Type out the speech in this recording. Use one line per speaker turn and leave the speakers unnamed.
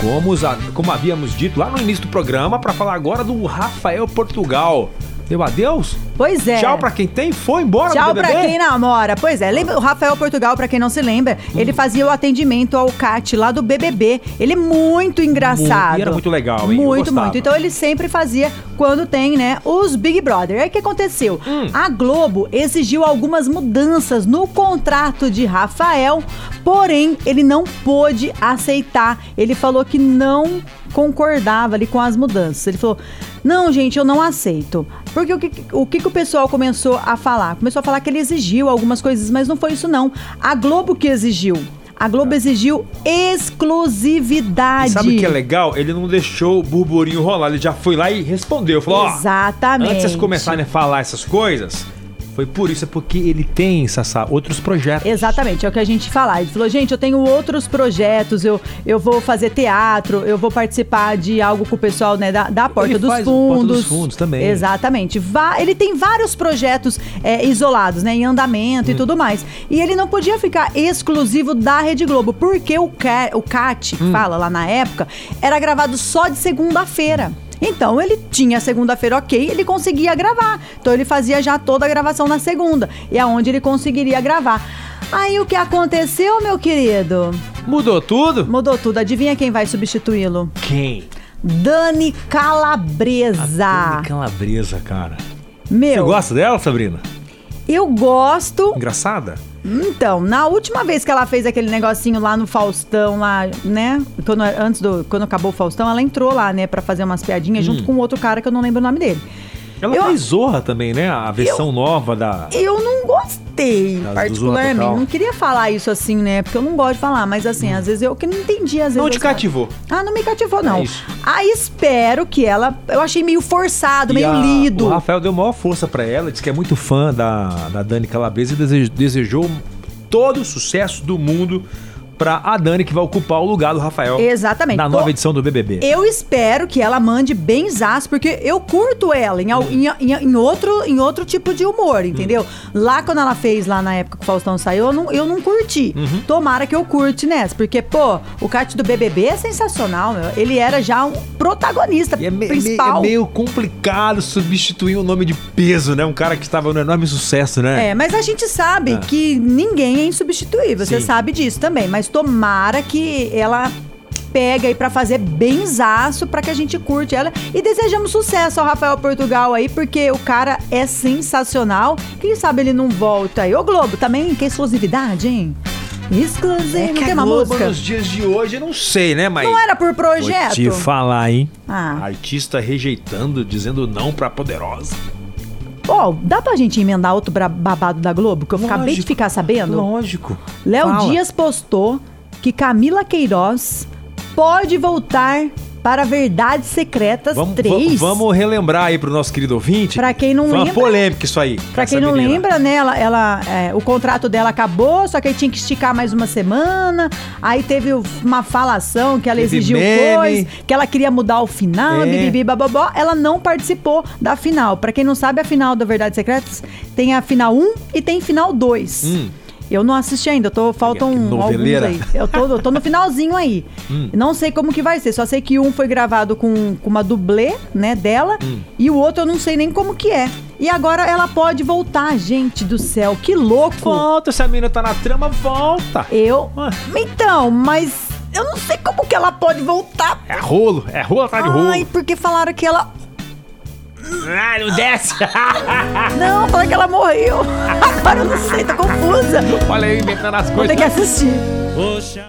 Como, os a- como havíamos dito lá no início do programa, para falar agora do Rafael Portugal. Deu adeus?
Pois é.
Tchau pra quem tem, foi embora
Tchau
do
pra
BBB?
quem namora. Pois é, lembra o Rafael Portugal, pra quem não se lembra,
Hum.
ele fazia o atendimento ao CAT lá do BBB. Ele é muito engraçado.
Muito, e era muito legal, hein? Eu
Muito,
gostava.
muito. Então ele sempre fazia quando tem, né, os Big Brother. Aí o que aconteceu?
Hum.
A Globo exigiu algumas mudanças no contrato de Rafael, porém ele não pôde aceitar. Ele falou que não concordava ali com as mudanças. Ele falou: "Não, gente, eu não aceito". Porque o que o, que que o pessoal começou a falar? Começou a falar que ele exigiu algumas coisas, mas não foi isso não. A Globo que exigiu. A Globo exigiu exclusividade.
E sabe o que é legal? Ele não deixou o burburinho rolar, ele já foi lá e respondeu. Falou, ó,
Exatamente.
antes de vocês começarem a falar essas coisas, foi por isso, é porque ele tem, Sassá, outros projetos.
Exatamente, é o que a gente falar. Ele falou, gente, eu tenho outros projetos, eu, eu vou fazer teatro, eu vou participar de algo com o pessoal né, da, da Porta
Ele
dos
faz o
Fundos.
Porta dos Fundos também.
Exatamente. Va- ele tem vários projetos é, isolados, né? Em andamento
Hum.
e tudo mais. E ele não podia ficar exclusivo da Rede Globo, porque o, Ca, o CAT,
Hum.
que fala lá na época, era gravado só de segunda-feira. Então ele tinha a segunda-feira ok, ele conseguia gravar. Então ele fazia já toda a gravação na segunda. E aonde ele conseguiria gravar. Aí o que aconteceu, meu querido?
Mudou tudo?
Mudou tudo. Adivinha quem vai substituí-lo?
Quem?
Dani Calabresa.
Dani Calabresa, cara. Você
Meu,
gosta dela, Sabrina?
eu gosto.
Engraçada?
Então, na última vez que ela fez aquele negocinho lá no Faustão, lá, né? Quando, antes do. Quando acabou o Faustão, ela entrou lá, né, pra fazer umas piadinhas junto com outro cara que eu não lembro o nome dele.
Hum. Ela
Eu-
fez Zorra também, né? A versão nova da...
Eu não gostei,
Caso do Zorra
particularmente.
Total.
Não queria falar isso assim, né? Porque eu não gosto de falar, mas assim, às vezes eu que não entendi, às
Hum.
vezes.
Não
eu
te
sabe.
cativou.
Ah, não me cativou, não.
É isso.
Aí espero que ela. Eu achei meio forçado,
E
meio
a-
é um lido.
O Rafael deu maior força pra ela, disse que é muito fã da, da Dani Calabresa e dese- desejou todo o sucesso do mundo pra a Dani, que vai ocupar o lugar do Rafael.
Exatamente. é
Na
Pô,
nova edição do BBB.
Eu espero que ela mande bem benzaço, porque eu curto ela em, al- em- em- em outro, em outro tipo de
Hum.
humor, entendeu? Lá quando ela fez, lá na época que o Faustão saiu, eu não, eu não curti.
Uhum.
Tomara que eu curte nessa, porque, pô, o Cat do BBB é sensacional, meu. Ele era já um protagonista
E é, me-
principal.
me- é meio complicado substituir um nome de peso, né? Um cara que estava no enorme sucesso, né?
É, mas a gente sabe
É.
que ninguém é insubstituível, você
Sim.
sabe disso também. Mas tomara que ela pega aí pra fazer benzaço pra que a gente curte ela. E desejamos sucesso ao Rafael Portugal aí, porque o cara é sensacional. Quem sabe ele não volta aí. Ô Globo, também, que exclusividade, hein?
É
Exclusivo, não tem uma música.
nos dias de hoje, eu não sei, né? Mas
Não era por
vou
projeto?
te falar, hein?
Ah,
Artista rejeitando, dizendo não pra poderosa.
ó, dá pra gente emendar outro bra- babado da Globo, que eu acabei de
Lógico.
ficar sabendo?
Lógico.
Léo
Fala.
Dias postou que Camila Queiroz pode voltar para Verdades Secretas
Vamos,
3.
va- vamos relembrar aí pro nosso querido ouvinte.
Pra quem não
Foi
lembra-
uma polêmica isso aí.
Pra
essa
quem não
menina.
lembra, né, ela, ela, é, o contrato dela acabou, só que aí tinha que esticar mais uma semana. Aí teve o- uma falação que ela
Teve
exigiu
meme.
coisa, que ela queria mudar o final,
É.
bibibi, babobó. Ela não participou da final. Pra quem não sabe, a final da Verdades Secretas tem a final 1 e tem final 2.
Hum.
Eu não assisti ainda, eu tô, faltam
Que
alguns
noveleira. Hum.
aí. Eu tô, eu tô no finalzinho aí. Não sei como que vai ser, só sei que um foi gravado com, com uma dublê, né, dela,
Hum.
e o outro eu não sei nem como que é. E agora ela pode voltar, gente do céu, que louco!
Volta, essa menina tá na trama, volta.
Eu.
Ué.
Então, mas eu não sei como que ela pode voltar.
É rolo, é rolo atrás de
Ai,
rolo.
porque falaram que ela.
Ah, não desce.
Não, falaram que ela morreu. Agora eu não sei, tô confusa.
Olha aí, inventando as
Vou
coisas.
ter que assistir.